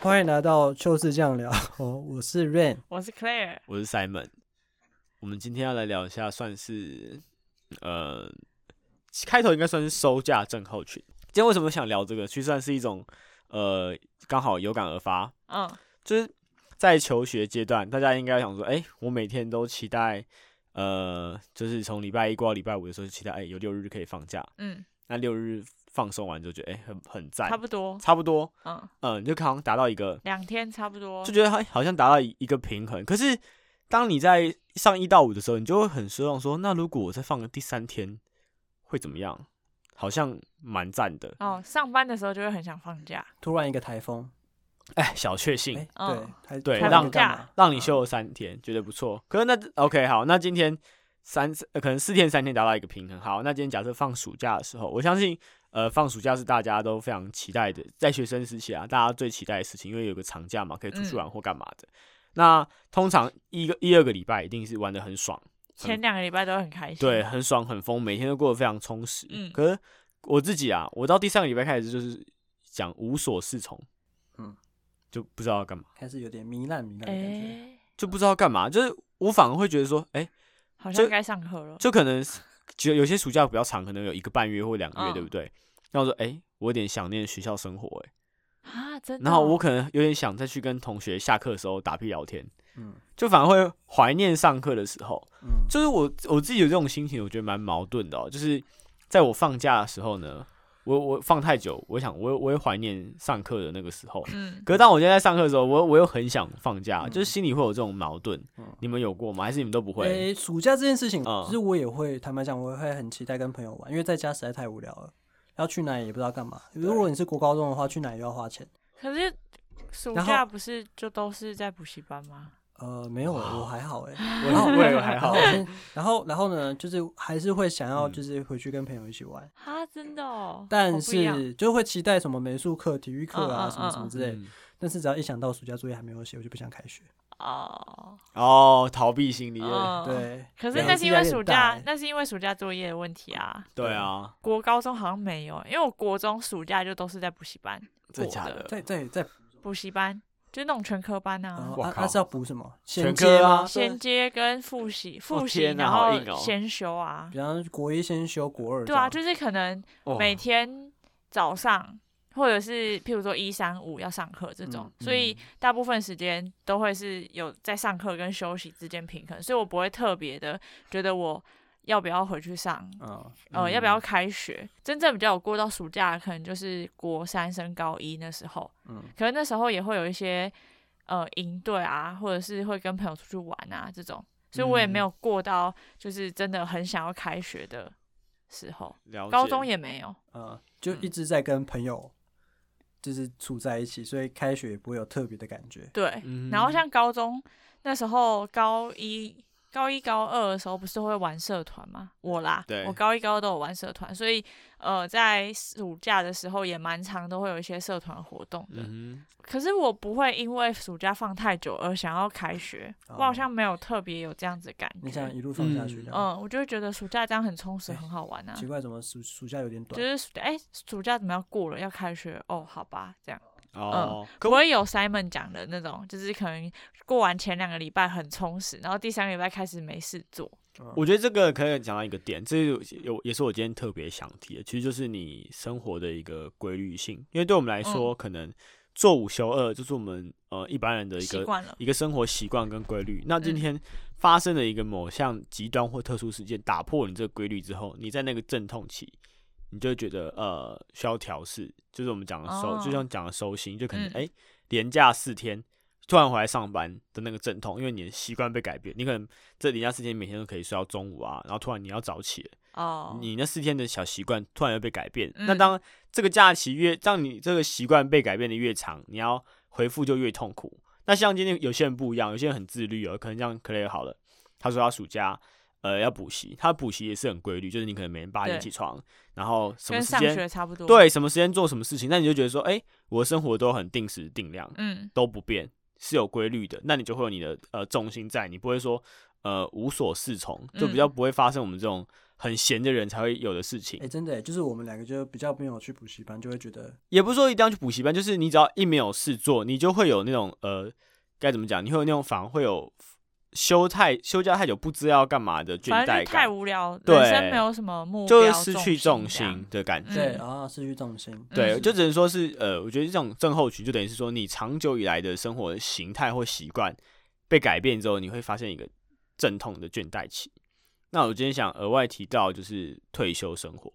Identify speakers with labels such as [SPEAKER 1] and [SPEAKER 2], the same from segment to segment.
[SPEAKER 1] 欢迎来到秋氏酱聊， 哦，我是 Rain。
[SPEAKER 2] 我是 Claire，
[SPEAKER 3] 我是 Simon。我们今天要来聊一下，算是呃，开头应该算是收假症候群。今天为什么想聊这个？其实算是一种呃，刚好有感而发，
[SPEAKER 2] 嗯，
[SPEAKER 3] 就是在求学阶段，大家应该想说，哎、我每天都期待，呃，就是从礼拜一过到礼拜五的时候，期待，哎、有六日可以放假。
[SPEAKER 2] 嗯，
[SPEAKER 3] 那六日放松完之后，觉得，哎、很很赞
[SPEAKER 2] 差，不多，
[SPEAKER 3] 差不多，
[SPEAKER 2] 嗯，
[SPEAKER 3] 嗯，就好像达到一个
[SPEAKER 2] 两天差不多
[SPEAKER 3] 就，觉得好好像达到一个平衡。可是当你在上一到五的时候，你就会很失望说那如果我再放个第三天会怎么样？好像蛮赞的，
[SPEAKER 2] 哦，上班的时候就会很想放假，
[SPEAKER 1] 突然一个台风，
[SPEAKER 3] 哎，小确
[SPEAKER 1] 哎、
[SPEAKER 3] 幸，
[SPEAKER 1] 对
[SPEAKER 3] 嗯
[SPEAKER 1] 啊
[SPEAKER 2] 嗯，
[SPEAKER 1] 台
[SPEAKER 3] 对
[SPEAKER 1] 台风
[SPEAKER 3] 让
[SPEAKER 1] 干嘛？
[SPEAKER 3] 让你休了三天，觉得不错。可是那 OK 好，那今天三呃可能四天三天达到一个平衡。好，那今天假设放暑假的时候，我相信呃放暑假是大家都非常期待的，在学生时期啊，大家最期待的事情，因为有个长假嘛，可以出去玩或干嘛的。那通常一个一二个礼拜一定是玩的很爽。
[SPEAKER 2] 前两个礼拜都很开心，
[SPEAKER 3] 对，，很爽很疯，每天都过得非常充实。
[SPEAKER 2] 嗯
[SPEAKER 3] 可是我自己啊，我到第三个礼拜开始就是讲无所适从，
[SPEAKER 1] 嗯
[SPEAKER 3] 嗯，就不知道要干嘛，
[SPEAKER 1] 开始有点糜烂糜烂的
[SPEAKER 2] 哎、
[SPEAKER 1] 感觉。
[SPEAKER 3] 就不知道干嘛，就是我反而会觉得说，哎、
[SPEAKER 2] 好
[SPEAKER 3] 就
[SPEAKER 2] 像该上课了，
[SPEAKER 3] 就可能是就有些暑假比较长，可能有一个半月或两个
[SPEAKER 2] 嗯
[SPEAKER 3] 月，对不对？然后我说，哎、我有点想念学校生活、哎，
[SPEAKER 2] 啊，真的哦，
[SPEAKER 3] 然后我可能有点想再去跟同学下课的时候打屁聊天，
[SPEAKER 1] 嗯
[SPEAKER 3] 就反而会怀念上课的时候。
[SPEAKER 1] 嗯，
[SPEAKER 3] 就是我我自己有这种心情，我觉得蛮矛盾的、哦。就是在我放假的时候呢，我我放太久，我想我我也怀念上课的那个时候。
[SPEAKER 2] 嗯，
[SPEAKER 3] 可是当我现在在上课的时候，我我又很想放假，
[SPEAKER 1] 嗯
[SPEAKER 3] 就是心里会有这种矛盾。
[SPEAKER 1] 嗯
[SPEAKER 3] 你们有过吗？还是你们都不
[SPEAKER 1] 哎、
[SPEAKER 3] 会？
[SPEAKER 1] 暑假这件事情，
[SPEAKER 3] 嗯
[SPEAKER 1] 其实我也会，坦白讲，我会很期待跟朋友玩，因为在家实在太无聊了，要去哪里也不知道干嘛。如果你是国高中的话，去哪里又要花钱。
[SPEAKER 2] 可是暑
[SPEAKER 1] 然后
[SPEAKER 2] 假不是就都是在补习班吗？
[SPEAKER 1] 呃，没有，
[SPEAKER 2] 哦
[SPEAKER 1] 我还好哎、
[SPEAKER 3] 我也我也还好。
[SPEAKER 1] 然后，然后呢，就是还是会想
[SPEAKER 2] 嗯
[SPEAKER 1] 要，就是回去跟朋友一起玩，
[SPEAKER 2] 啊，真的哦，
[SPEAKER 1] 但
[SPEAKER 2] 好不一样
[SPEAKER 1] 是就会期待什么美术课、体育课啊，
[SPEAKER 2] 嗯嗯
[SPEAKER 1] 什么什么
[SPEAKER 2] 嗯
[SPEAKER 1] 之类的。
[SPEAKER 3] 嗯
[SPEAKER 1] 但是只要一想到暑假作业还没有写，我就不想开学。
[SPEAKER 2] 哦，
[SPEAKER 3] 哦，逃避心理。
[SPEAKER 2] 嗯，。
[SPEAKER 1] 对，
[SPEAKER 2] 可是
[SPEAKER 1] 对
[SPEAKER 2] 那是因为暑假，
[SPEAKER 1] 压力很大欸
[SPEAKER 2] 那是因为暑假作业的问题啊。
[SPEAKER 3] 对啊，
[SPEAKER 2] 国高中好像没有，因为我国中暑假就都是在补习班，
[SPEAKER 3] 真
[SPEAKER 2] 我
[SPEAKER 3] 假的？
[SPEAKER 1] 在在在，
[SPEAKER 2] 补习班就那种全科班啊。
[SPEAKER 1] 然后
[SPEAKER 3] 我
[SPEAKER 1] 他
[SPEAKER 3] 靠
[SPEAKER 1] 他是要补什么？衔
[SPEAKER 3] 全
[SPEAKER 1] 接
[SPEAKER 3] 科
[SPEAKER 1] 吗
[SPEAKER 3] 啊？
[SPEAKER 2] 衔接跟复习，复习、
[SPEAKER 3] 哦天哪
[SPEAKER 2] 然
[SPEAKER 3] 好
[SPEAKER 2] 后
[SPEAKER 3] 硬哦
[SPEAKER 2] 先修啊，
[SPEAKER 1] 比方说国一先修，国二这
[SPEAKER 2] 对啊，
[SPEAKER 1] 样
[SPEAKER 2] 就是可能
[SPEAKER 3] 哦
[SPEAKER 2] 每天早上或者是譬如说一三五要上课这种，
[SPEAKER 3] 嗯
[SPEAKER 2] 所以大部分时间都会是有在上课跟休息之间平衡，所以我不会特别的觉得我要不要回去上，
[SPEAKER 1] 嗯，
[SPEAKER 2] 呃，
[SPEAKER 3] 嗯
[SPEAKER 2] 要不要开学，真正比较有过到暑假，可能就是国三升高一那时候，
[SPEAKER 1] 嗯
[SPEAKER 2] 可能那时候也会有一些呃营队啊，或者是会跟朋友出去玩啊这种，所以我也
[SPEAKER 3] 嗯
[SPEAKER 2] 没有过到就是真的很想要开学的时候，
[SPEAKER 3] 了解
[SPEAKER 2] 高中也没有，
[SPEAKER 1] 呃，就
[SPEAKER 3] 嗯
[SPEAKER 1] 一直在跟朋友就是处在一起，所以开学也不会有特别的感觉。
[SPEAKER 2] 对，
[SPEAKER 3] 嗯
[SPEAKER 2] 然后像高中那时候高一。高一高二的时候不是会玩社团吗？我啦
[SPEAKER 3] 对，
[SPEAKER 2] 我高一高二都有玩社团，所以呃，在暑假的时候也蛮常都会有一些社团活动的。
[SPEAKER 3] 嗯
[SPEAKER 2] 可是我不会因为暑假放太久而想要开学，
[SPEAKER 1] 哦
[SPEAKER 2] 我好像没有特别有这样子的感
[SPEAKER 1] 你想
[SPEAKER 2] 觉。
[SPEAKER 1] 一路放下去的，
[SPEAKER 2] 嗯，我就会觉得暑假这样很充实，
[SPEAKER 1] 哎
[SPEAKER 2] 很好玩啊
[SPEAKER 1] 奇。怪，怎么暑暑假有点
[SPEAKER 2] 就
[SPEAKER 1] 短？
[SPEAKER 2] 是暑假，哎、暑假怎么要过了，要开学哦，好吧，这样
[SPEAKER 3] 哼哦，
[SPEAKER 2] 可不会有 Simon 讲的那种，就是可能过完前两个礼拜很充实，然后第三个礼拜开始没事做。
[SPEAKER 1] 嗯
[SPEAKER 3] 我觉得这个可以讲到一个点，这是有也是我今天特别想提的，其实就是你生活的一个规律性，因为对我们来说，可能做五休二就是我们呃一般人的一
[SPEAKER 2] 习
[SPEAKER 3] 个
[SPEAKER 2] 惯了，
[SPEAKER 3] 一个生活习惯跟规律。那今
[SPEAKER 2] 嗯
[SPEAKER 3] 天发生了一个某项极端或特殊事件，打破你这个规律之后，你在那个阵痛期，你就会觉得呃需要调试，就是我们讲的收，
[SPEAKER 2] 哦
[SPEAKER 3] 就像讲的收心，就可能
[SPEAKER 2] 嗯
[SPEAKER 3] 哎、诶连假四天。突然回来上班的那个阵痛，因为你的习惯被改变，你可能这连假四天每天都可以睡到中午啊，然后突然你要早起了，
[SPEAKER 2] 哦，
[SPEAKER 3] 你那四天的小习惯突然又被改变。
[SPEAKER 2] 嗯
[SPEAKER 3] 那当这个假期越让你这个习惯被改变的越长，你要回复就越痛苦。那像今天有些人不一样，有些人很自律哦，可能像 Clay 好了，他说他暑假呃要补习，他补习也是很规律，就是你可能每天八点
[SPEAKER 2] 对
[SPEAKER 3] 起床，然后什么
[SPEAKER 2] 跟
[SPEAKER 3] 时
[SPEAKER 2] 上
[SPEAKER 3] 间
[SPEAKER 2] 学差不多。，
[SPEAKER 3] 对什么时间做什么事情，那你就觉得说，哎、我的生活都很定时定量，
[SPEAKER 2] 嗯，
[SPEAKER 3] 都不变，是有规律的，那你就
[SPEAKER 2] 嗯
[SPEAKER 3] 会有你的呃重心在，你不会说呃无所适从，就比较不会发生我们这种很闲的人才会有的事情
[SPEAKER 1] 哎、。真的、欸，就是我们两个就比较没有去补习班，就会觉得
[SPEAKER 3] 也不是说一定要去补习班，就是你只要一没有事做，你就会有那种呃，该怎么讲？你会有那种反而会有休太休假太久不知道要干嘛的倦
[SPEAKER 2] 反正
[SPEAKER 3] 怠
[SPEAKER 2] 就太
[SPEAKER 3] 感，
[SPEAKER 2] 无聊，
[SPEAKER 3] 对
[SPEAKER 2] 人生没有什么目标，
[SPEAKER 3] 就是失去重
[SPEAKER 2] 重
[SPEAKER 3] 心的感觉。
[SPEAKER 2] 嗯
[SPEAKER 1] 对啊，失去重心。
[SPEAKER 3] 对，
[SPEAKER 2] 嗯
[SPEAKER 3] 就只能说是呃，我觉得这种症候群就等于是说，你长久以来的生活形态或习惯被改变之后，你会发现一个阵痛的倦怠期。那我今天想额外提到就是退休生活，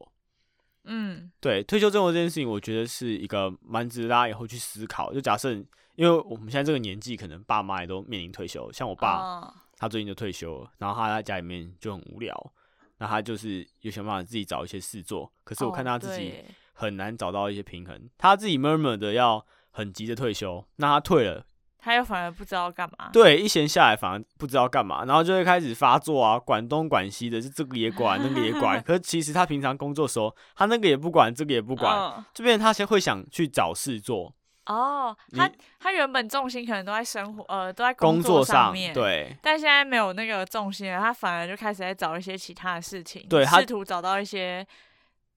[SPEAKER 2] 嗯，
[SPEAKER 3] 对退休生活这件事情，我觉得是一个蛮值得大家以后去思考。就假设你，因为我们现在这个年纪，可能爸妈也都面临退休，像我爸、
[SPEAKER 2] 哦
[SPEAKER 3] 他最近就退休了，然后他在家里面就很无聊，那他就是有想办法自己找一些事做。可是我看他自己、
[SPEAKER 2] 哦对
[SPEAKER 3] 很难找到一些平衡。他自己 murmur 的要很急着退休，那他退了，
[SPEAKER 2] 他又反而不知道干嘛。
[SPEAKER 3] 对，一闲下来反而不知道干嘛，然后就会开始发作啊，管东管西的，就这个也管，那个也 管。可是其实他平常工作的时候，他那个也不管，这个也不管，
[SPEAKER 2] 嗯
[SPEAKER 3] 这边他先会想去找事做，
[SPEAKER 2] 哦，他
[SPEAKER 3] 你
[SPEAKER 2] 他原本重心可能都在生活，呃，都在
[SPEAKER 3] 工
[SPEAKER 2] 作
[SPEAKER 3] 上
[SPEAKER 2] 面，。
[SPEAKER 3] 对。
[SPEAKER 2] 但现在没有那个重心了，他反而就开始在找一些其他的事情，
[SPEAKER 3] 对他
[SPEAKER 2] 试图找到一些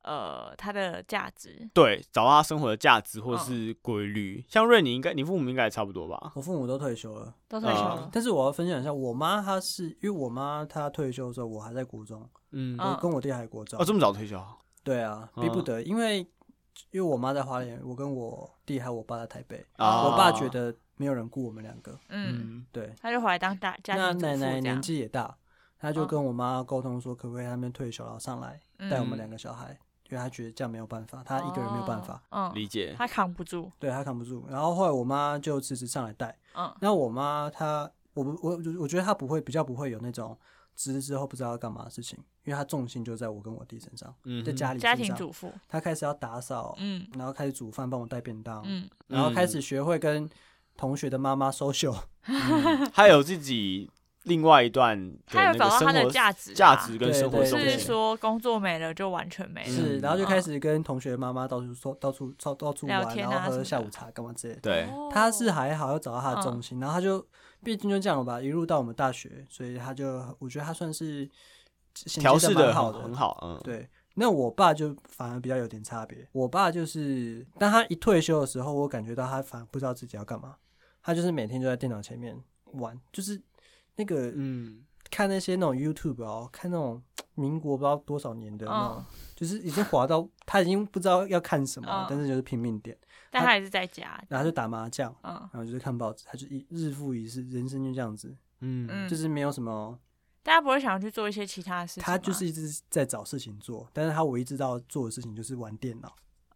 [SPEAKER 2] 呃他的价值。
[SPEAKER 3] 对，找到他生活的价值或
[SPEAKER 2] 嗯
[SPEAKER 3] 是规律。像瑞，你应该，你父母应该也差不多吧？
[SPEAKER 1] 我父母都退休了，
[SPEAKER 2] 都退休
[SPEAKER 3] 啊
[SPEAKER 2] 了，
[SPEAKER 1] 但是我要分享一下，我妈她是因为我妈她退休的时候，我还在国中，
[SPEAKER 3] 嗯，
[SPEAKER 2] 嗯
[SPEAKER 1] 我跟我弟还在国中。
[SPEAKER 3] 哦，这么早退休？
[SPEAKER 1] 对啊，
[SPEAKER 3] 嗯
[SPEAKER 1] 逼不得，因为因为我妈在花莲，我跟我弟还有我爸在台北，
[SPEAKER 3] 哦
[SPEAKER 1] 啊我爸觉，得没有人顾我们两个，
[SPEAKER 2] 嗯，
[SPEAKER 3] 嗯，
[SPEAKER 1] 对，
[SPEAKER 2] 他就回来当大家
[SPEAKER 1] 那
[SPEAKER 2] 庭主
[SPEAKER 1] 奶
[SPEAKER 2] 妇
[SPEAKER 1] 奶
[SPEAKER 2] 这
[SPEAKER 1] 年
[SPEAKER 2] 样，
[SPEAKER 1] 纪也大，她就
[SPEAKER 2] 嗯
[SPEAKER 1] 跟我妈沟通说，可不可以他们退休然后上来带我
[SPEAKER 2] 嗯
[SPEAKER 1] 们两个小孩，因为她觉得这样没有办法，她一个人没有办法，，
[SPEAKER 2] 哦嗯，
[SPEAKER 3] 理解。
[SPEAKER 2] 他扛不住，
[SPEAKER 1] 对她扛不住。然后后来我妈就辞职上来带，
[SPEAKER 2] 嗯
[SPEAKER 1] 那我妈她，我不我我觉得她不会比较不会有那种辞职之后不知道要干嘛的事情，因为她重心就在我跟我弟身上，
[SPEAKER 3] 嗯
[SPEAKER 1] 在
[SPEAKER 3] 哼
[SPEAKER 1] 家里
[SPEAKER 2] 家
[SPEAKER 1] 身
[SPEAKER 2] 庭
[SPEAKER 1] 上
[SPEAKER 2] 主妇，
[SPEAKER 1] 她开始要打扫，
[SPEAKER 2] 嗯
[SPEAKER 1] 然后开始煮饭，帮我带便当，
[SPEAKER 2] 嗯，
[SPEAKER 1] 然后开始
[SPEAKER 3] 嗯
[SPEAKER 1] 学会跟同学的妈妈 social，
[SPEAKER 3] 他有自己另外一段的
[SPEAKER 2] 嗯他
[SPEAKER 3] 那
[SPEAKER 2] 有
[SPEAKER 3] 个
[SPEAKER 2] 找到他
[SPEAKER 3] 生
[SPEAKER 2] 的
[SPEAKER 3] 活
[SPEAKER 2] 价值啊，
[SPEAKER 3] 价值跟生
[SPEAKER 2] 不
[SPEAKER 3] 活
[SPEAKER 1] 对
[SPEAKER 3] 重
[SPEAKER 1] 对
[SPEAKER 2] 是
[SPEAKER 3] 心。
[SPEAKER 2] 说工作没了就完全没了，
[SPEAKER 1] 是，
[SPEAKER 3] 嗯
[SPEAKER 1] 然后就开始跟同学的妈妈到处说，到处到到处
[SPEAKER 2] 哦聊
[SPEAKER 1] 玩，
[SPEAKER 2] 天
[SPEAKER 1] 然
[SPEAKER 2] 啊
[SPEAKER 1] 后
[SPEAKER 2] 什
[SPEAKER 1] 喝
[SPEAKER 2] 么
[SPEAKER 1] 下
[SPEAKER 2] 的嗯
[SPEAKER 1] 午茶干嘛之类的。
[SPEAKER 3] 对，
[SPEAKER 2] 哦
[SPEAKER 1] 他是还好，要找到他的重心，然后他就毕竟就这样了吧，一路到我们大学，所以他就我觉得他算是衔
[SPEAKER 3] 调
[SPEAKER 1] 接
[SPEAKER 3] 试
[SPEAKER 1] 得蛮
[SPEAKER 3] 的
[SPEAKER 1] 好的，
[SPEAKER 3] 很好，嗯，
[SPEAKER 1] 对，那我爸就反而比较有点差别。我爸就是，当他一退休的时候，我感觉到他反而不知道自己要干嘛。他就是每天就在电脑前面玩，就是那个
[SPEAKER 3] 嗯，
[SPEAKER 1] 看那些那种 YouTube 哦，看那种民国不知道多少年的那种，
[SPEAKER 2] 嗯
[SPEAKER 1] 就是已经滑到他已经不知道要看什么，
[SPEAKER 2] 嗯
[SPEAKER 1] 但是就是拼命点，
[SPEAKER 2] 但
[SPEAKER 1] 他
[SPEAKER 2] 他也是在家，
[SPEAKER 1] 然后就打麻将，
[SPEAKER 2] 嗯
[SPEAKER 1] 然后就是看报纸，他就一日复一日，人生就这样子，
[SPEAKER 3] 嗯
[SPEAKER 2] 嗯，
[SPEAKER 1] 就是没有什么，
[SPEAKER 2] 大家不会想要去做一些其他的事情吗，
[SPEAKER 1] 他就是一直在找事情做，但是他唯一知道做的事情就是玩电脑。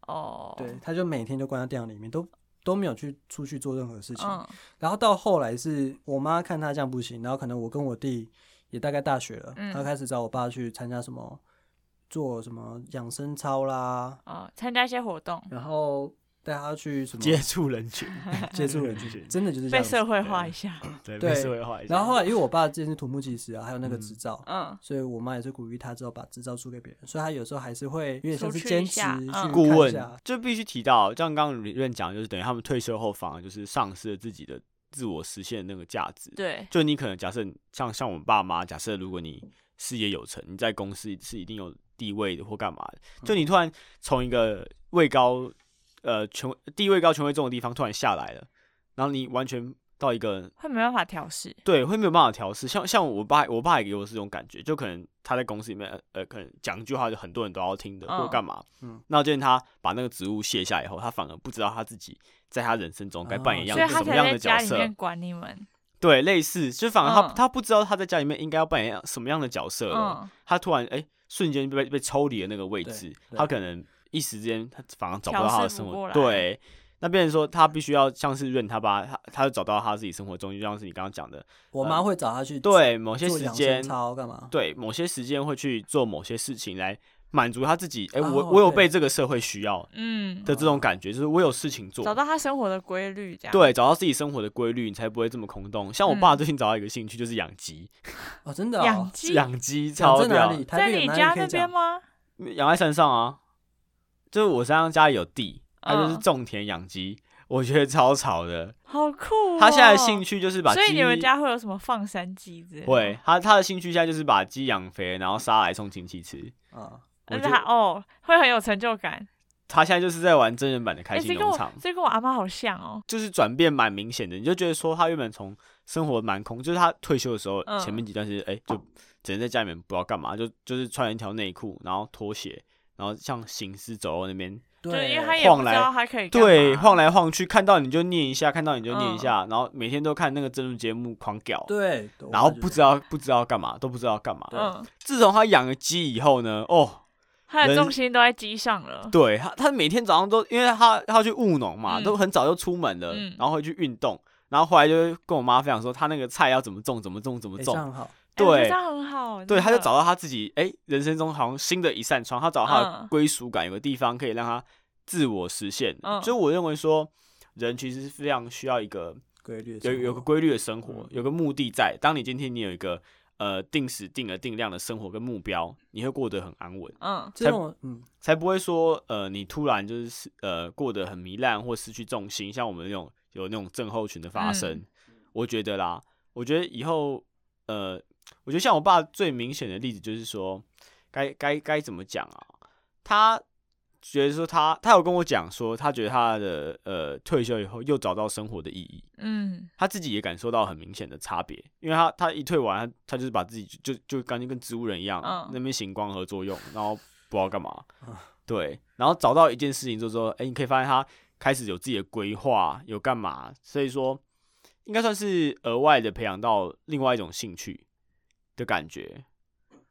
[SPEAKER 2] 哦，
[SPEAKER 1] 对，，他就每天就关在电脑里面，都都没有去出去做任何事情。
[SPEAKER 2] 嗯
[SPEAKER 1] 然后到后来是我妈看他这样不行，然后可能我跟我弟也大概大学了，
[SPEAKER 2] 嗯
[SPEAKER 1] 他开始找我爸去参加什么做什么养生操啦，
[SPEAKER 2] 哦，参加一些活动，
[SPEAKER 1] 然后带他去什么
[SPEAKER 3] 接触 人群，
[SPEAKER 1] 接触人群， 真的就是这
[SPEAKER 2] 被
[SPEAKER 1] 样子。
[SPEAKER 2] 社会化一下，
[SPEAKER 3] 对，
[SPEAKER 1] 对
[SPEAKER 3] 被社会化一下。
[SPEAKER 1] 然后后来因为我爸之前是土木技师啊，还有那个执照。
[SPEAKER 2] 嗯，
[SPEAKER 1] 所以我妈也是鼓励他之后把执照出给别人，所以他有时候还是会有点像是
[SPEAKER 2] 出去
[SPEAKER 1] 兼
[SPEAKER 2] 一
[SPEAKER 1] 职
[SPEAKER 2] 下
[SPEAKER 1] 去
[SPEAKER 2] 嗯
[SPEAKER 3] 顾
[SPEAKER 1] 看一
[SPEAKER 3] 问
[SPEAKER 1] 下
[SPEAKER 3] 就必须提到，像刚刚理论讲，就是等于他们退休后，反而就是丧失了自己的自我实现的那个价值。
[SPEAKER 2] 对，
[SPEAKER 3] 就你可能假设你像像我们爸妈，假设如果你事业有成，你在公司是一定有地位的或干嘛的，就
[SPEAKER 2] 嗯
[SPEAKER 3] 你突然从一个位高呃权地位高权位重的地方突然下来了，然后你完全到一个
[SPEAKER 2] 会没办法调试，
[SPEAKER 3] 对会没有办法调试。像像我爸，我爸也给我是这种感觉，就可能他在公司里面呃呃可能讲一句话就很多人都要听的
[SPEAKER 2] 嗯
[SPEAKER 3] 或干嘛，
[SPEAKER 1] 嗯
[SPEAKER 3] 那见他把那个职务卸下以后，他反而不知道他自己在他人生中该扮演一
[SPEAKER 1] 哦
[SPEAKER 3] 样
[SPEAKER 2] 所以他
[SPEAKER 3] 什么
[SPEAKER 2] 才
[SPEAKER 3] 样
[SPEAKER 2] 在
[SPEAKER 3] 的
[SPEAKER 2] 家
[SPEAKER 3] 角
[SPEAKER 2] 里
[SPEAKER 3] 色。
[SPEAKER 2] 面管你们，
[SPEAKER 3] 对，类似，就反而他、
[SPEAKER 2] 嗯
[SPEAKER 3] 他不知道他在家里面应该要扮演什么样的角色了，
[SPEAKER 2] 嗯，
[SPEAKER 3] 他突然哎、瞬间被被抽离了那个位
[SPEAKER 1] 对
[SPEAKER 3] 置，
[SPEAKER 1] 对
[SPEAKER 3] 他可能一时之间他反而找不到他
[SPEAKER 2] 调
[SPEAKER 3] 的
[SPEAKER 2] 试不
[SPEAKER 3] 生
[SPEAKER 2] 过
[SPEAKER 3] 活，
[SPEAKER 2] 来
[SPEAKER 3] 对，那变成说他必须要像是润他吧，他他就找到他自己生活中，就像是你刚刚讲的，
[SPEAKER 1] 我妈会找他去
[SPEAKER 3] 嗯对某些
[SPEAKER 1] 做
[SPEAKER 3] 时
[SPEAKER 1] 养
[SPEAKER 3] 间
[SPEAKER 1] 生，操干嘛？
[SPEAKER 3] 对某些时间会去做某些事情来满足他自己，哎、我
[SPEAKER 1] 哦
[SPEAKER 3] 我有
[SPEAKER 1] 对
[SPEAKER 3] 被这个社会需要
[SPEAKER 2] 嗯，
[SPEAKER 3] 的这种感觉，就是我有事情做，
[SPEAKER 2] 找到他生活的规律，这样，
[SPEAKER 3] 对，找到自己生活的规律，你才不会这么空洞。像我爸
[SPEAKER 2] 嗯
[SPEAKER 3] 最近找到一个兴趣就是养鸡，
[SPEAKER 1] 哦，真的、哦、
[SPEAKER 2] 养鸡
[SPEAKER 3] 养鸡
[SPEAKER 1] 讲
[SPEAKER 3] 超
[SPEAKER 1] 在哪
[SPEAKER 3] 屌，
[SPEAKER 1] 里？台
[SPEAKER 2] 在
[SPEAKER 1] 北有
[SPEAKER 2] 你
[SPEAKER 1] 哪
[SPEAKER 2] 家
[SPEAKER 1] 里可以
[SPEAKER 2] 那
[SPEAKER 1] 讲
[SPEAKER 2] 边？吗？
[SPEAKER 3] 养在山上啊。就是我山上家里有地，他就是
[SPEAKER 2] 嗯
[SPEAKER 3] 种田养鸡。我觉得超吵的。
[SPEAKER 2] 好酷、哦！
[SPEAKER 3] 他现在的兴，趣就是把鸡，
[SPEAKER 2] 所以你们家会有什么放山鸡之类的？，
[SPEAKER 3] 会他他的兴趣现在就是把鸡养肥，然后杀来送亲戚吃。
[SPEAKER 1] 啊，
[SPEAKER 3] 我
[SPEAKER 2] 而
[SPEAKER 3] 觉
[SPEAKER 2] 且他
[SPEAKER 3] 得
[SPEAKER 2] 哦，会很有成就感。
[SPEAKER 3] 他现在就是在玩真人版的
[SPEAKER 2] 哎、
[SPEAKER 3] 开心
[SPEAKER 2] 这跟
[SPEAKER 3] 农
[SPEAKER 2] 我
[SPEAKER 3] 场，
[SPEAKER 2] 这跟我阿妈好像哦。
[SPEAKER 3] 就是转变蛮明显的。你就觉得说他原本从生活蛮空，就是他退休的时候
[SPEAKER 2] 嗯
[SPEAKER 3] 前面几段时间，哎，就只能在家里面不知道干嘛，就就是穿一条内裤，然后拖鞋，然后像行尸走肉那边
[SPEAKER 2] 对，
[SPEAKER 1] 对，
[SPEAKER 2] 因为他也不
[SPEAKER 3] 晃
[SPEAKER 2] 知
[SPEAKER 3] 来
[SPEAKER 2] 道他可以干嘛
[SPEAKER 3] 对，晃来晃去，看到你就念一下，看到
[SPEAKER 2] 嗯
[SPEAKER 3] 你就念一下，然后每天都看那个争论节目狂屌，
[SPEAKER 1] 对，
[SPEAKER 3] 然后不知道不知道干嘛，都不知道干嘛。
[SPEAKER 2] 嗯，
[SPEAKER 3] 自从他养了鸡以后呢，哦，
[SPEAKER 2] 他的
[SPEAKER 3] 人
[SPEAKER 2] 重心都在鸡上了。哎
[SPEAKER 3] 对他他每天早上都，因为他他要去务农嘛，
[SPEAKER 2] 嗯
[SPEAKER 3] 都很早就出门了，
[SPEAKER 2] 嗯
[SPEAKER 3] 然后会去运动，然后后来就跟我妈分享说他那个菜要怎么种，怎么种，怎么
[SPEAKER 1] 哎这
[SPEAKER 3] 种，
[SPEAKER 1] 样好，
[SPEAKER 2] 哎我觉得
[SPEAKER 3] 对
[SPEAKER 2] 这样很好。
[SPEAKER 3] 对，
[SPEAKER 2] 真
[SPEAKER 3] 他就
[SPEAKER 2] 的
[SPEAKER 3] 找到他自己哎、人生中好像新的一扇窗，他找到他的
[SPEAKER 2] 嗯
[SPEAKER 3] 归属感，有个地方可以让他自我实现。
[SPEAKER 2] 嗯
[SPEAKER 3] 就我认为说，人其实是非常需要一个。
[SPEAKER 1] 规律
[SPEAKER 3] 有有
[SPEAKER 1] 个
[SPEAKER 3] 个规律的生活
[SPEAKER 1] 嗯，
[SPEAKER 3] 有个目的在。当你今天你有一个呃定时定额定量的生活跟目标，你会过得很安稳，
[SPEAKER 2] 嗯
[SPEAKER 1] 这种嗯
[SPEAKER 3] 才不会说呃你突然就是失呃过得很糜烂或失去重心，像我们那种有那种症候群的发生。
[SPEAKER 2] 嗯
[SPEAKER 3] 我觉得啦，我觉得以后呃，我觉得像我爸最明显的例子就是说，该该该怎么讲啊？他觉得说他他有跟我讲说，他觉得他的呃退休以后又找到生活的意义。
[SPEAKER 2] 嗯
[SPEAKER 3] 他自己也感受到很明显的差别，因为他他一退完，他他就是把自己就就就感觉跟植物人一样，
[SPEAKER 2] 嗯
[SPEAKER 3] 那边行光合作用，然后不知道干嘛，对，然后找到一件事情就是说，哎、你可以发现他开始有自己的规划，有干嘛，所以说应该算是额外的培养到另外一种兴趣的感觉，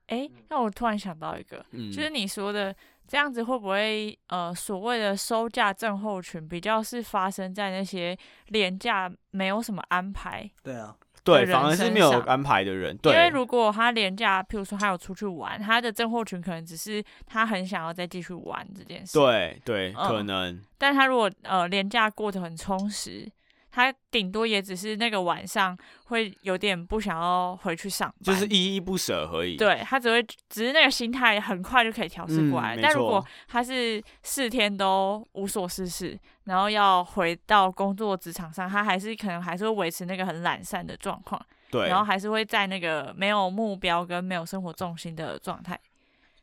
[SPEAKER 2] 哎、那我突然想到一个，
[SPEAKER 3] 嗯，
[SPEAKER 2] 就是你说的这样子，会不会呃所谓的收假症候群，比较是发生在那些廉价没有什么安排？
[SPEAKER 1] 对啊，
[SPEAKER 3] 对，
[SPEAKER 2] 人
[SPEAKER 3] 反而是
[SPEAKER 2] 身
[SPEAKER 3] 没有
[SPEAKER 2] 上
[SPEAKER 3] 安排的人，
[SPEAKER 2] 因为
[SPEAKER 3] 对，
[SPEAKER 2] 如果他廉价，譬如说他有出去玩，他的症候群可能只是他很想要再继续玩这件事。。
[SPEAKER 3] 对对，可
[SPEAKER 2] 嗯
[SPEAKER 3] 能
[SPEAKER 2] 但他如果呃廉价过得很充实，他顶多也只是那个晚上会有点不想要回去上班，
[SPEAKER 3] 就是依依不舍而已，
[SPEAKER 2] 对他只会只是那个心态很快就可以调试过
[SPEAKER 3] 嗯
[SPEAKER 2] 来。
[SPEAKER 3] 没
[SPEAKER 2] 但如果
[SPEAKER 3] 错
[SPEAKER 2] 他是四天都无所事事，然后要回到工作职场上，他还是可能还是会维持那个很懒散的状况，
[SPEAKER 3] 对
[SPEAKER 2] 然，后还是会在那个没有目标跟没有生活重心的状态。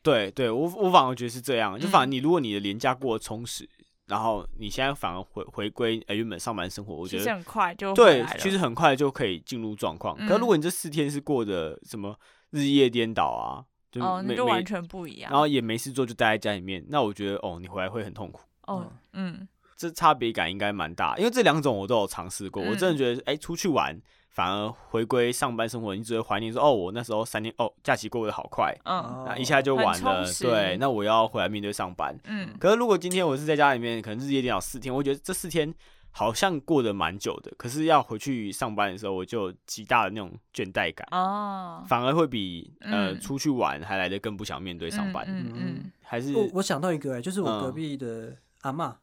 [SPEAKER 3] 对对，我我反而觉得是这样，就反而
[SPEAKER 2] 嗯
[SPEAKER 3] 你如果你的年假过得充实，然后你现在反而回回归呃原本上班生活，我
[SPEAKER 2] 其
[SPEAKER 3] 觉
[SPEAKER 2] 实
[SPEAKER 3] 得
[SPEAKER 2] 很快就回
[SPEAKER 3] 对
[SPEAKER 2] 来，了嗯
[SPEAKER 3] 其实很快就可以进入状况。可如果你这四天是过得什么日夜颠倒啊，就
[SPEAKER 2] 哦，
[SPEAKER 3] 每
[SPEAKER 2] 那就
[SPEAKER 3] 每
[SPEAKER 2] 完全不一样。
[SPEAKER 3] 然后也没事做就待在家里面，那我觉得哦你回来会很痛苦。
[SPEAKER 2] 哦，嗯
[SPEAKER 3] 这差别感应该蛮大，因为这两种我都有尝试过。我真
[SPEAKER 2] 嗯
[SPEAKER 3] 的觉得，哎、出去玩反而回归上班生活，你只会怀念说，哦，我那时候三天，哦，假期过得好快，
[SPEAKER 2] 嗯
[SPEAKER 3] 那一下就
[SPEAKER 2] 很
[SPEAKER 3] 完
[SPEAKER 2] 充
[SPEAKER 3] 了。
[SPEAKER 2] 实
[SPEAKER 3] 对，那我要回来面对上班。
[SPEAKER 2] 嗯
[SPEAKER 3] 可是如果今天我是在家里面，可能日夜颠倒四天，我觉得这四天好像过得蛮久的。可是要回去上班的时候，我就有极大的那种倦怠感，
[SPEAKER 2] 哦，
[SPEAKER 3] 反而会比呃
[SPEAKER 2] 嗯
[SPEAKER 3] 出去玩还来的更不想面对上班。
[SPEAKER 2] 嗯嗯
[SPEAKER 3] 还是
[SPEAKER 1] 我我想到一个哎，就是我隔
[SPEAKER 3] 嗯
[SPEAKER 1] 壁的阿嬷，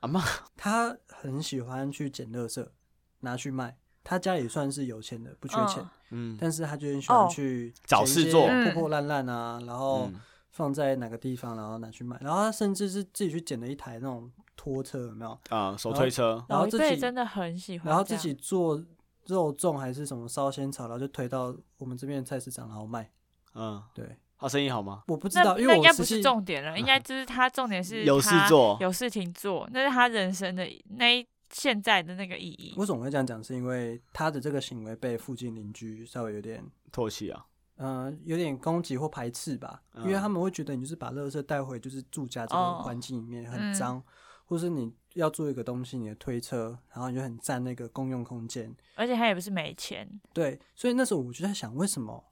[SPEAKER 3] 阿嬷
[SPEAKER 1] 她很喜欢去捡垃圾拿去卖，她家里算是有钱的，不缺
[SPEAKER 2] 嗯
[SPEAKER 1] 钱，
[SPEAKER 3] 嗯
[SPEAKER 1] 但是她就很喜
[SPEAKER 2] 哦嗯
[SPEAKER 1] 欢去
[SPEAKER 3] 找
[SPEAKER 1] 捡
[SPEAKER 3] 事
[SPEAKER 1] 一些
[SPEAKER 3] 做
[SPEAKER 1] 破破烂烂啊，然后
[SPEAKER 3] 嗯
[SPEAKER 1] 放在哪个地方，然后拿去卖，然后她甚至是自己去捡了一台那种拖车，有没有？
[SPEAKER 3] 啊、手推车，
[SPEAKER 1] 然后
[SPEAKER 2] 老一
[SPEAKER 1] 自
[SPEAKER 2] 辈
[SPEAKER 1] 己
[SPEAKER 2] 真的很喜欢这样，
[SPEAKER 1] 然后自己做肉粽还是什么烧仙草，然后就推到我们这边的菜市场然后卖。
[SPEAKER 3] 嗯，
[SPEAKER 1] 对，
[SPEAKER 3] 他、生意好吗？
[SPEAKER 1] 我不知
[SPEAKER 2] 那
[SPEAKER 1] 道，因
[SPEAKER 2] 那
[SPEAKER 1] 为
[SPEAKER 2] 应
[SPEAKER 1] 我
[SPEAKER 2] 该不
[SPEAKER 1] 实
[SPEAKER 2] 是
[SPEAKER 1] 际啊
[SPEAKER 2] 重点了，应该就是他重点是
[SPEAKER 3] 有事
[SPEAKER 2] 他
[SPEAKER 3] 做
[SPEAKER 2] 有事情做，那是他人生的那一现在的那个意义。
[SPEAKER 1] 我总会这样讲，是因为他的这个行为被附近邻居稍微有点，
[SPEAKER 3] 唾弃啊，
[SPEAKER 1] 嗯、有点攻击或排斥吧，因为他们会觉得你就是把垃圾带回就是住家这
[SPEAKER 2] 哦
[SPEAKER 1] 个环境里面
[SPEAKER 2] 嗯
[SPEAKER 1] 很脏，或是你要做一个东西，你的推车，然后你就很占那个公用空间，
[SPEAKER 2] 而且他也不是没钱，
[SPEAKER 1] 对，所以那时候我就在想，为什么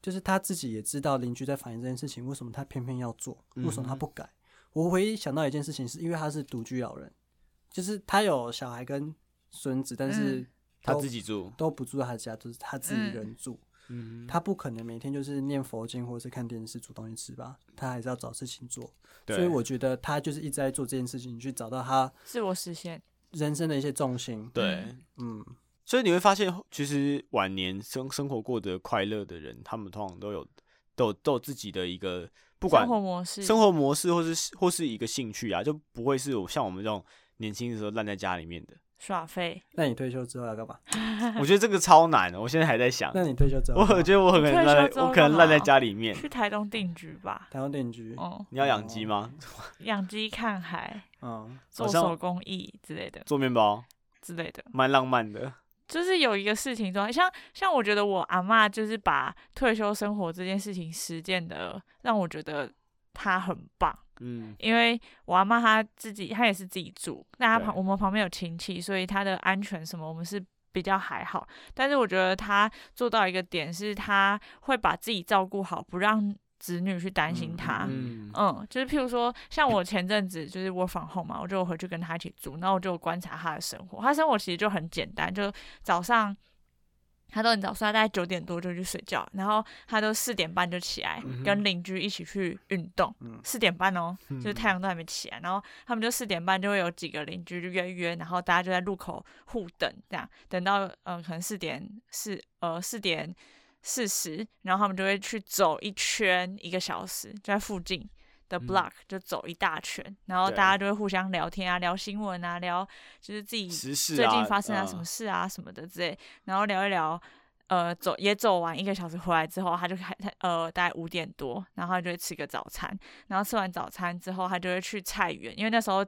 [SPEAKER 1] 就是他自己也知道邻居在反映这件事情，为什么他偏偏要做？为什么他
[SPEAKER 3] 嗯哼
[SPEAKER 1] 不改？我唯一想到一件事情，是因为他是独居老人，就是他有小孩跟孙子，但是
[SPEAKER 2] 嗯
[SPEAKER 3] 他
[SPEAKER 1] 都
[SPEAKER 3] 自己住，
[SPEAKER 1] 都不住在他家，就是他自己一个人住。
[SPEAKER 3] 嗯，
[SPEAKER 1] 他不可能每天就是念佛经或者是看电视煮东西吃吧，他还是要找事情做。
[SPEAKER 3] 对
[SPEAKER 1] 所以我觉得他就是一直在做这件事情，去找到他
[SPEAKER 2] 自我实现。
[SPEAKER 1] 人生的一些重心。
[SPEAKER 3] 对，
[SPEAKER 1] 嗯，
[SPEAKER 3] 所以你会发现，其实晚年生生活过得快乐的人，他们通常都有都有都有自己的一个不管
[SPEAKER 2] 生活模式，
[SPEAKER 3] 生活模式，或是或是一个兴趣啊，就不会是我像我们这种年轻的时候烂在家 里面的。
[SPEAKER 2] 耍废。
[SPEAKER 1] 那你退休之后要干嘛？
[SPEAKER 3] 我觉得这个超难，我现在还在想。
[SPEAKER 1] 那你退休之后要干嘛，
[SPEAKER 3] 我觉得我很可
[SPEAKER 2] 退
[SPEAKER 3] 能
[SPEAKER 2] 休
[SPEAKER 3] 烂
[SPEAKER 2] 之
[SPEAKER 3] 在，
[SPEAKER 2] 后
[SPEAKER 3] 我可能
[SPEAKER 2] 干
[SPEAKER 3] 烂在
[SPEAKER 2] 嘛
[SPEAKER 3] 家里
[SPEAKER 1] 嗯
[SPEAKER 3] 面。
[SPEAKER 2] 去台东定居吧。
[SPEAKER 1] 台湾电影局，
[SPEAKER 2] 嗯，
[SPEAKER 3] 你要养鸡吗？
[SPEAKER 2] 养鸡、看海、
[SPEAKER 1] 嗯，
[SPEAKER 2] 做
[SPEAKER 3] 像
[SPEAKER 2] 手工艺之类的
[SPEAKER 3] 做面包，
[SPEAKER 2] 之类的，
[SPEAKER 3] 蛮浪漫的。
[SPEAKER 2] 就是有一个事情状态，像像我觉得我阿嬷就是把退休生活这件事情实践的，让我觉得她很棒。
[SPEAKER 3] 嗯，
[SPEAKER 2] 因为我阿妈她自己，她也是自己住，那她旁
[SPEAKER 3] 对
[SPEAKER 2] 我们旁边有亲戚，所以她的安全什么我们是比较还好。但是我觉得她做到一个点是，她会把自己照顾好，不让子女去担心她。嗯
[SPEAKER 3] 嗯，
[SPEAKER 2] 就是譬如说，像我前阵子就是我访后嘛，我就回去跟她一起住，然后我就观察她的生活。她生活其实就很简单，就早上她都很早睡，她大概九点多就去睡觉，然后她都四点半就起来，
[SPEAKER 3] 嗯哼
[SPEAKER 2] 跟邻居一起去运动
[SPEAKER 1] 嗯，
[SPEAKER 2] 四、点半哦，
[SPEAKER 3] 就
[SPEAKER 2] 就是太阳都还没起来，然后他们就四点半就会有几个邻居就约约，然后大家就在路口互等，这样等到呃可能四点四呃四点四十，然后他们就会去走一圈一个小时，就在附近的
[SPEAKER 3] 嗯
[SPEAKER 2] block 就走一大圈，然后
[SPEAKER 3] 对
[SPEAKER 2] 大家就会互相聊天啊，聊新闻啊，聊就是自己
[SPEAKER 3] 时事
[SPEAKER 2] 最
[SPEAKER 3] 啊
[SPEAKER 2] 近发生啊什么
[SPEAKER 3] 嗯
[SPEAKER 2] 事啊什么的之类，然后聊一聊。呃，走也走完一个小时回来之后，他就开他呃大概五点多，然后他就会吃个早餐，然后吃完早餐之后，他就会去菜园，因为那时候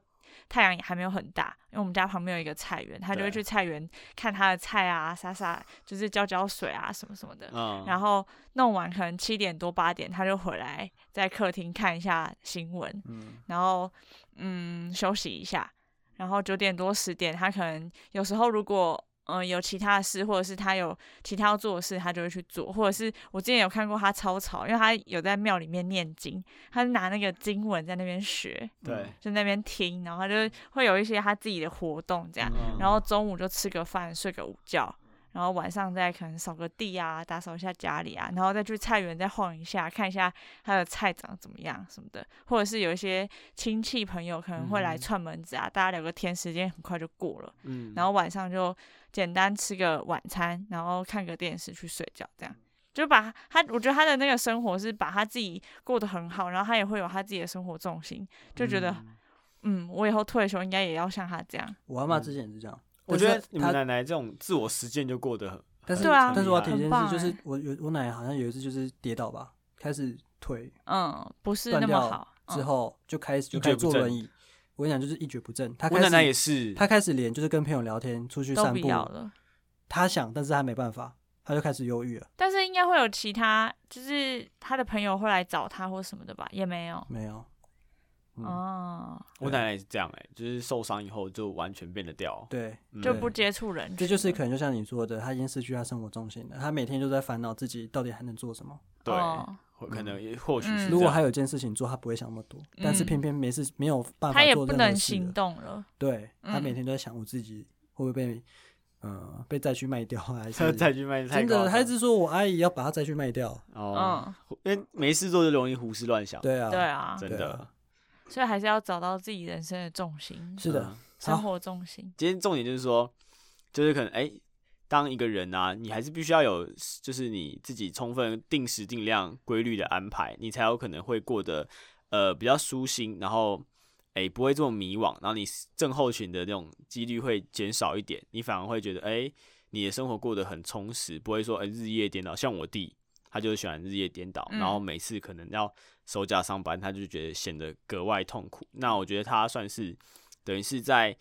[SPEAKER 2] 太阳也还没有很大，因为我们家旁边有一个菜园，他就会
[SPEAKER 3] 对
[SPEAKER 2] 去菜园看他的菜啊，洒洒就是浇浇水啊什么什么的。
[SPEAKER 3] 嗯，
[SPEAKER 2] 然后弄完可能七点多八点，他就回来在客厅看一下新闻，
[SPEAKER 1] 嗯，
[SPEAKER 2] 然后嗯休息一下，然后九点多十点，他可能有时候如果嗯、呃有其他的事，或者是他有其他要做的事，他就会去做，或者是我之前有看过他超吵，因为他有在庙里面念经，他拿那个经文在那边学，
[SPEAKER 3] 对，
[SPEAKER 2] 就那边听，然后他就会有一些他自己的活动这样，
[SPEAKER 3] 嗯
[SPEAKER 2] 然后中午就吃个饭，睡个午觉，然后晚上再可能扫个地啊，打扫一下家里啊，然后再去菜园再晃一下，看一下他的菜长怎么样什么的，或者是有一些亲戚朋友可能会来
[SPEAKER 3] 嗯
[SPEAKER 2] 串门子啊，大家聊个天，时间很快就过了，
[SPEAKER 3] 嗯
[SPEAKER 2] 然后晚上就简单吃个晚餐，然后看个电视去睡觉，这样就把他，我觉得他的那个生活是把他自己过得很好，然后他也会有他自己的生活重心，就觉得
[SPEAKER 3] 嗯
[SPEAKER 2] 嗯我以后退休应该也要像他这样，
[SPEAKER 1] 我阿妈之前也是这样，
[SPEAKER 3] 我觉
[SPEAKER 1] 但
[SPEAKER 3] 得
[SPEAKER 1] 是
[SPEAKER 3] 你们
[SPEAKER 1] 她
[SPEAKER 3] 奶奶这种自我实践就过得很，
[SPEAKER 1] 但是
[SPEAKER 2] 对啊
[SPEAKER 1] 但是我要
[SPEAKER 3] 很
[SPEAKER 1] 提一件
[SPEAKER 2] 棒
[SPEAKER 1] 事，
[SPEAKER 2] 欸
[SPEAKER 1] 就是我有我奶奶好像有一次就是跌倒吧，开始腿
[SPEAKER 2] 嗯，不是
[SPEAKER 1] 断
[SPEAKER 2] 那么
[SPEAKER 1] 掉
[SPEAKER 2] 好。
[SPEAKER 1] 之
[SPEAKER 2] 嗯、
[SPEAKER 1] 后就开始就开
[SPEAKER 3] 一
[SPEAKER 1] 始
[SPEAKER 3] 蹶不
[SPEAKER 1] 坐
[SPEAKER 3] 振
[SPEAKER 1] 轮椅。我跟你讲，就是一蹶不振。她
[SPEAKER 3] 我
[SPEAKER 1] 开
[SPEAKER 3] 奶奶也
[SPEAKER 1] 始
[SPEAKER 3] 是，
[SPEAKER 1] 她开始连就是跟朋友聊天、出去
[SPEAKER 2] 都
[SPEAKER 1] 散
[SPEAKER 2] 不
[SPEAKER 1] 步，
[SPEAKER 2] 要了。
[SPEAKER 1] 她想，但是她没办法，她就开始忧郁了。
[SPEAKER 2] 但是应该会有其他，就是他的朋友会来找他或什么的吧？也没有。
[SPEAKER 1] 没有，嗯，
[SPEAKER 2] 哦，
[SPEAKER 3] 我奶奶也是这样哎，就是受伤以后就完全变得掉，
[SPEAKER 1] 对，
[SPEAKER 3] 嗯
[SPEAKER 2] 就不接触人群了，
[SPEAKER 1] 这就是可能就像你说的，她已经失去她生活重心了，她每天就在烦恼自己到底还能做什么。
[SPEAKER 3] 对，
[SPEAKER 2] 哦
[SPEAKER 3] 或可能也或许是啊
[SPEAKER 2] 嗯
[SPEAKER 1] 如果
[SPEAKER 3] 这样
[SPEAKER 1] 还有一件事情做，她不会想那么多，但是
[SPEAKER 2] 嗯
[SPEAKER 1] 偏偏没事没有办法
[SPEAKER 2] 他也
[SPEAKER 1] 做
[SPEAKER 2] 不
[SPEAKER 1] 任何
[SPEAKER 2] 能
[SPEAKER 1] 事了
[SPEAKER 2] 行动了。
[SPEAKER 1] 对他每
[SPEAKER 2] 嗯
[SPEAKER 1] 天都在想我自己会不会被，呃，被再去卖掉啊还
[SPEAKER 3] 再
[SPEAKER 1] 是
[SPEAKER 3] 再去卖菜
[SPEAKER 1] 真
[SPEAKER 3] 瓜子，
[SPEAKER 1] 的，他一直说我阿姨要把他再去卖掉。
[SPEAKER 3] 哦，
[SPEAKER 1] 啊
[SPEAKER 2] 嗯，
[SPEAKER 3] 因为没事做就容易胡思乱想，
[SPEAKER 1] 对啊，
[SPEAKER 2] 对啊，
[SPEAKER 3] 真
[SPEAKER 1] 对
[SPEAKER 3] 的
[SPEAKER 1] 啊
[SPEAKER 2] 所以还是要找到自己人生的重心，
[SPEAKER 1] 是的
[SPEAKER 3] 嗯。
[SPEAKER 2] 生活重心。
[SPEAKER 3] 今天重点就是说，就是可能哎、当一个人啊，你还是必须要有，就是你自己充分定时定量、规律的安排，你才有可能会过得呃比较舒心，然后哎、不会这么迷惘，然后你症候群的那种几率会减少一点，你反而会觉得哎、你的生活过得很充实，不会说哎、日夜颠倒。像我弟，他就是喜欢日夜颠倒，
[SPEAKER 2] 嗯
[SPEAKER 3] 然后每次可能要收假上班，他就觉得显得格外痛苦。那我觉得他算是等于是在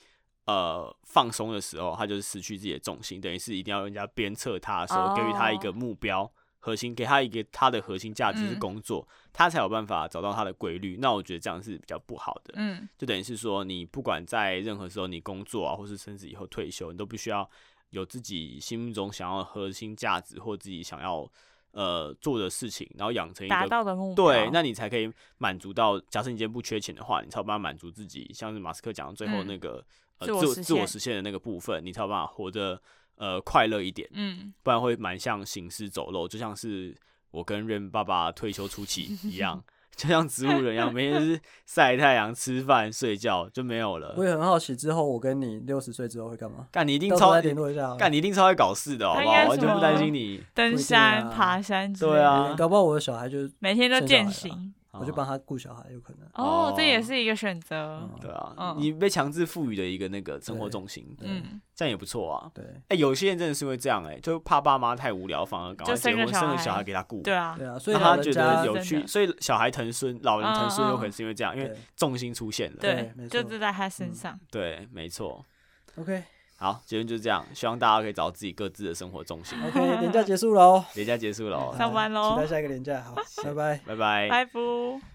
[SPEAKER 3] 呃放松的时候，他就是失去自己的重心，等于是一定要人家鞭策他的时候，
[SPEAKER 2] 哦
[SPEAKER 3] 给予他一个目标。核心给他一个他的核心价值是
[SPEAKER 2] 嗯
[SPEAKER 3] 工作，他才有办法找到他的规律。那我觉得这样是比较不好的。
[SPEAKER 2] 嗯，
[SPEAKER 3] 就等于是说，你不管在任何时候，你工作啊，或是甚至以后退休，你都必须要有自己心目中想要的核心价值或自己想要呃做的事情，然后养成一
[SPEAKER 2] 达
[SPEAKER 3] 个
[SPEAKER 2] 到的目标。
[SPEAKER 3] 对，那你才可以满足到。假设你今天不缺钱的话，你才有办法满足自己，像是马斯克讲的最后
[SPEAKER 2] 嗯
[SPEAKER 3] 那个、呃
[SPEAKER 2] 自我
[SPEAKER 3] 自我
[SPEAKER 2] 实
[SPEAKER 3] 自我
[SPEAKER 2] 现
[SPEAKER 3] 实现的那个部分，你才有办法活得呃快乐一点。
[SPEAKER 2] 嗯，
[SPEAKER 3] 不然会蛮像行尸走肉，就像是我跟任爸爸退休 初期一样，就像植物人一样，每天就是晒太阳、吃饭、睡觉就没有了
[SPEAKER 1] 我。也很好奇，之后我跟你六十岁之后会干嘛？
[SPEAKER 3] 干你一定
[SPEAKER 1] 到时候
[SPEAKER 3] 超
[SPEAKER 1] 再联络一下好了。
[SPEAKER 3] 干你一定超会搞事的，好
[SPEAKER 2] 他
[SPEAKER 3] 不
[SPEAKER 2] 应
[SPEAKER 3] 好？
[SPEAKER 2] 该
[SPEAKER 3] 完
[SPEAKER 2] 是
[SPEAKER 3] 全不担
[SPEAKER 2] 吗
[SPEAKER 3] 心你。
[SPEAKER 2] 登
[SPEAKER 1] 不一定
[SPEAKER 2] 山、
[SPEAKER 1] 啊
[SPEAKER 2] 爬山之类的，
[SPEAKER 3] 对啊
[SPEAKER 1] 搞不好我的小孩就
[SPEAKER 2] 每天都
[SPEAKER 1] 生小
[SPEAKER 2] 践
[SPEAKER 1] 孩了
[SPEAKER 2] 行。
[SPEAKER 1] 我
[SPEAKER 3] 啊
[SPEAKER 1] 就帮他顾小孩，有可能。
[SPEAKER 2] 哦，这也
[SPEAKER 3] 哦
[SPEAKER 2] 是一个选择。
[SPEAKER 1] 嗯
[SPEAKER 3] 对啊，
[SPEAKER 2] 嗯
[SPEAKER 3] 你被强制赋予的一个那个生活重心，
[SPEAKER 1] 对
[SPEAKER 2] 嗯，
[SPEAKER 3] 这样也不错啊。
[SPEAKER 1] 对
[SPEAKER 3] 哎、有些人真的是会这样、哎，就怕爸妈太无聊，反而赶快
[SPEAKER 2] 就生
[SPEAKER 3] 结
[SPEAKER 2] 个
[SPEAKER 3] 婚
[SPEAKER 2] 小
[SPEAKER 3] 生个
[SPEAKER 2] 孩
[SPEAKER 3] 小孩给他顾。
[SPEAKER 2] 对啊
[SPEAKER 1] 对，啊，所以
[SPEAKER 3] 让
[SPEAKER 1] 老
[SPEAKER 3] 他
[SPEAKER 1] 人
[SPEAKER 3] 觉
[SPEAKER 1] 家
[SPEAKER 3] 得有趣，
[SPEAKER 2] 真的嗯
[SPEAKER 3] 所以小孩疼孙，老人疼孙有可能是因为这样，因为
[SPEAKER 1] 对
[SPEAKER 3] 重心出现了。
[SPEAKER 1] 对
[SPEAKER 2] 对
[SPEAKER 1] 没，
[SPEAKER 2] 就
[SPEAKER 1] 错嗯
[SPEAKER 2] 是在他身上。
[SPEAKER 3] 对，没错。
[SPEAKER 1] OK
[SPEAKER 3] 好，结论就是这样，希望大家可以找自己各自的生活重心。
[SPEAKER 1] OK，年假结束喽，
[SPEAKER 3] 节假结束了哦，
[SPEAKER 2] 上班
[SPEAKER 1] 期
[SPEAKER 2] 喽
[SPEAKER 3] 哎
[SPEAKER 1] 待下一个年假，好，拜拜。
[SPEAKER 3] 拜拜。
[SPEAKER 2] 嗯拜拜。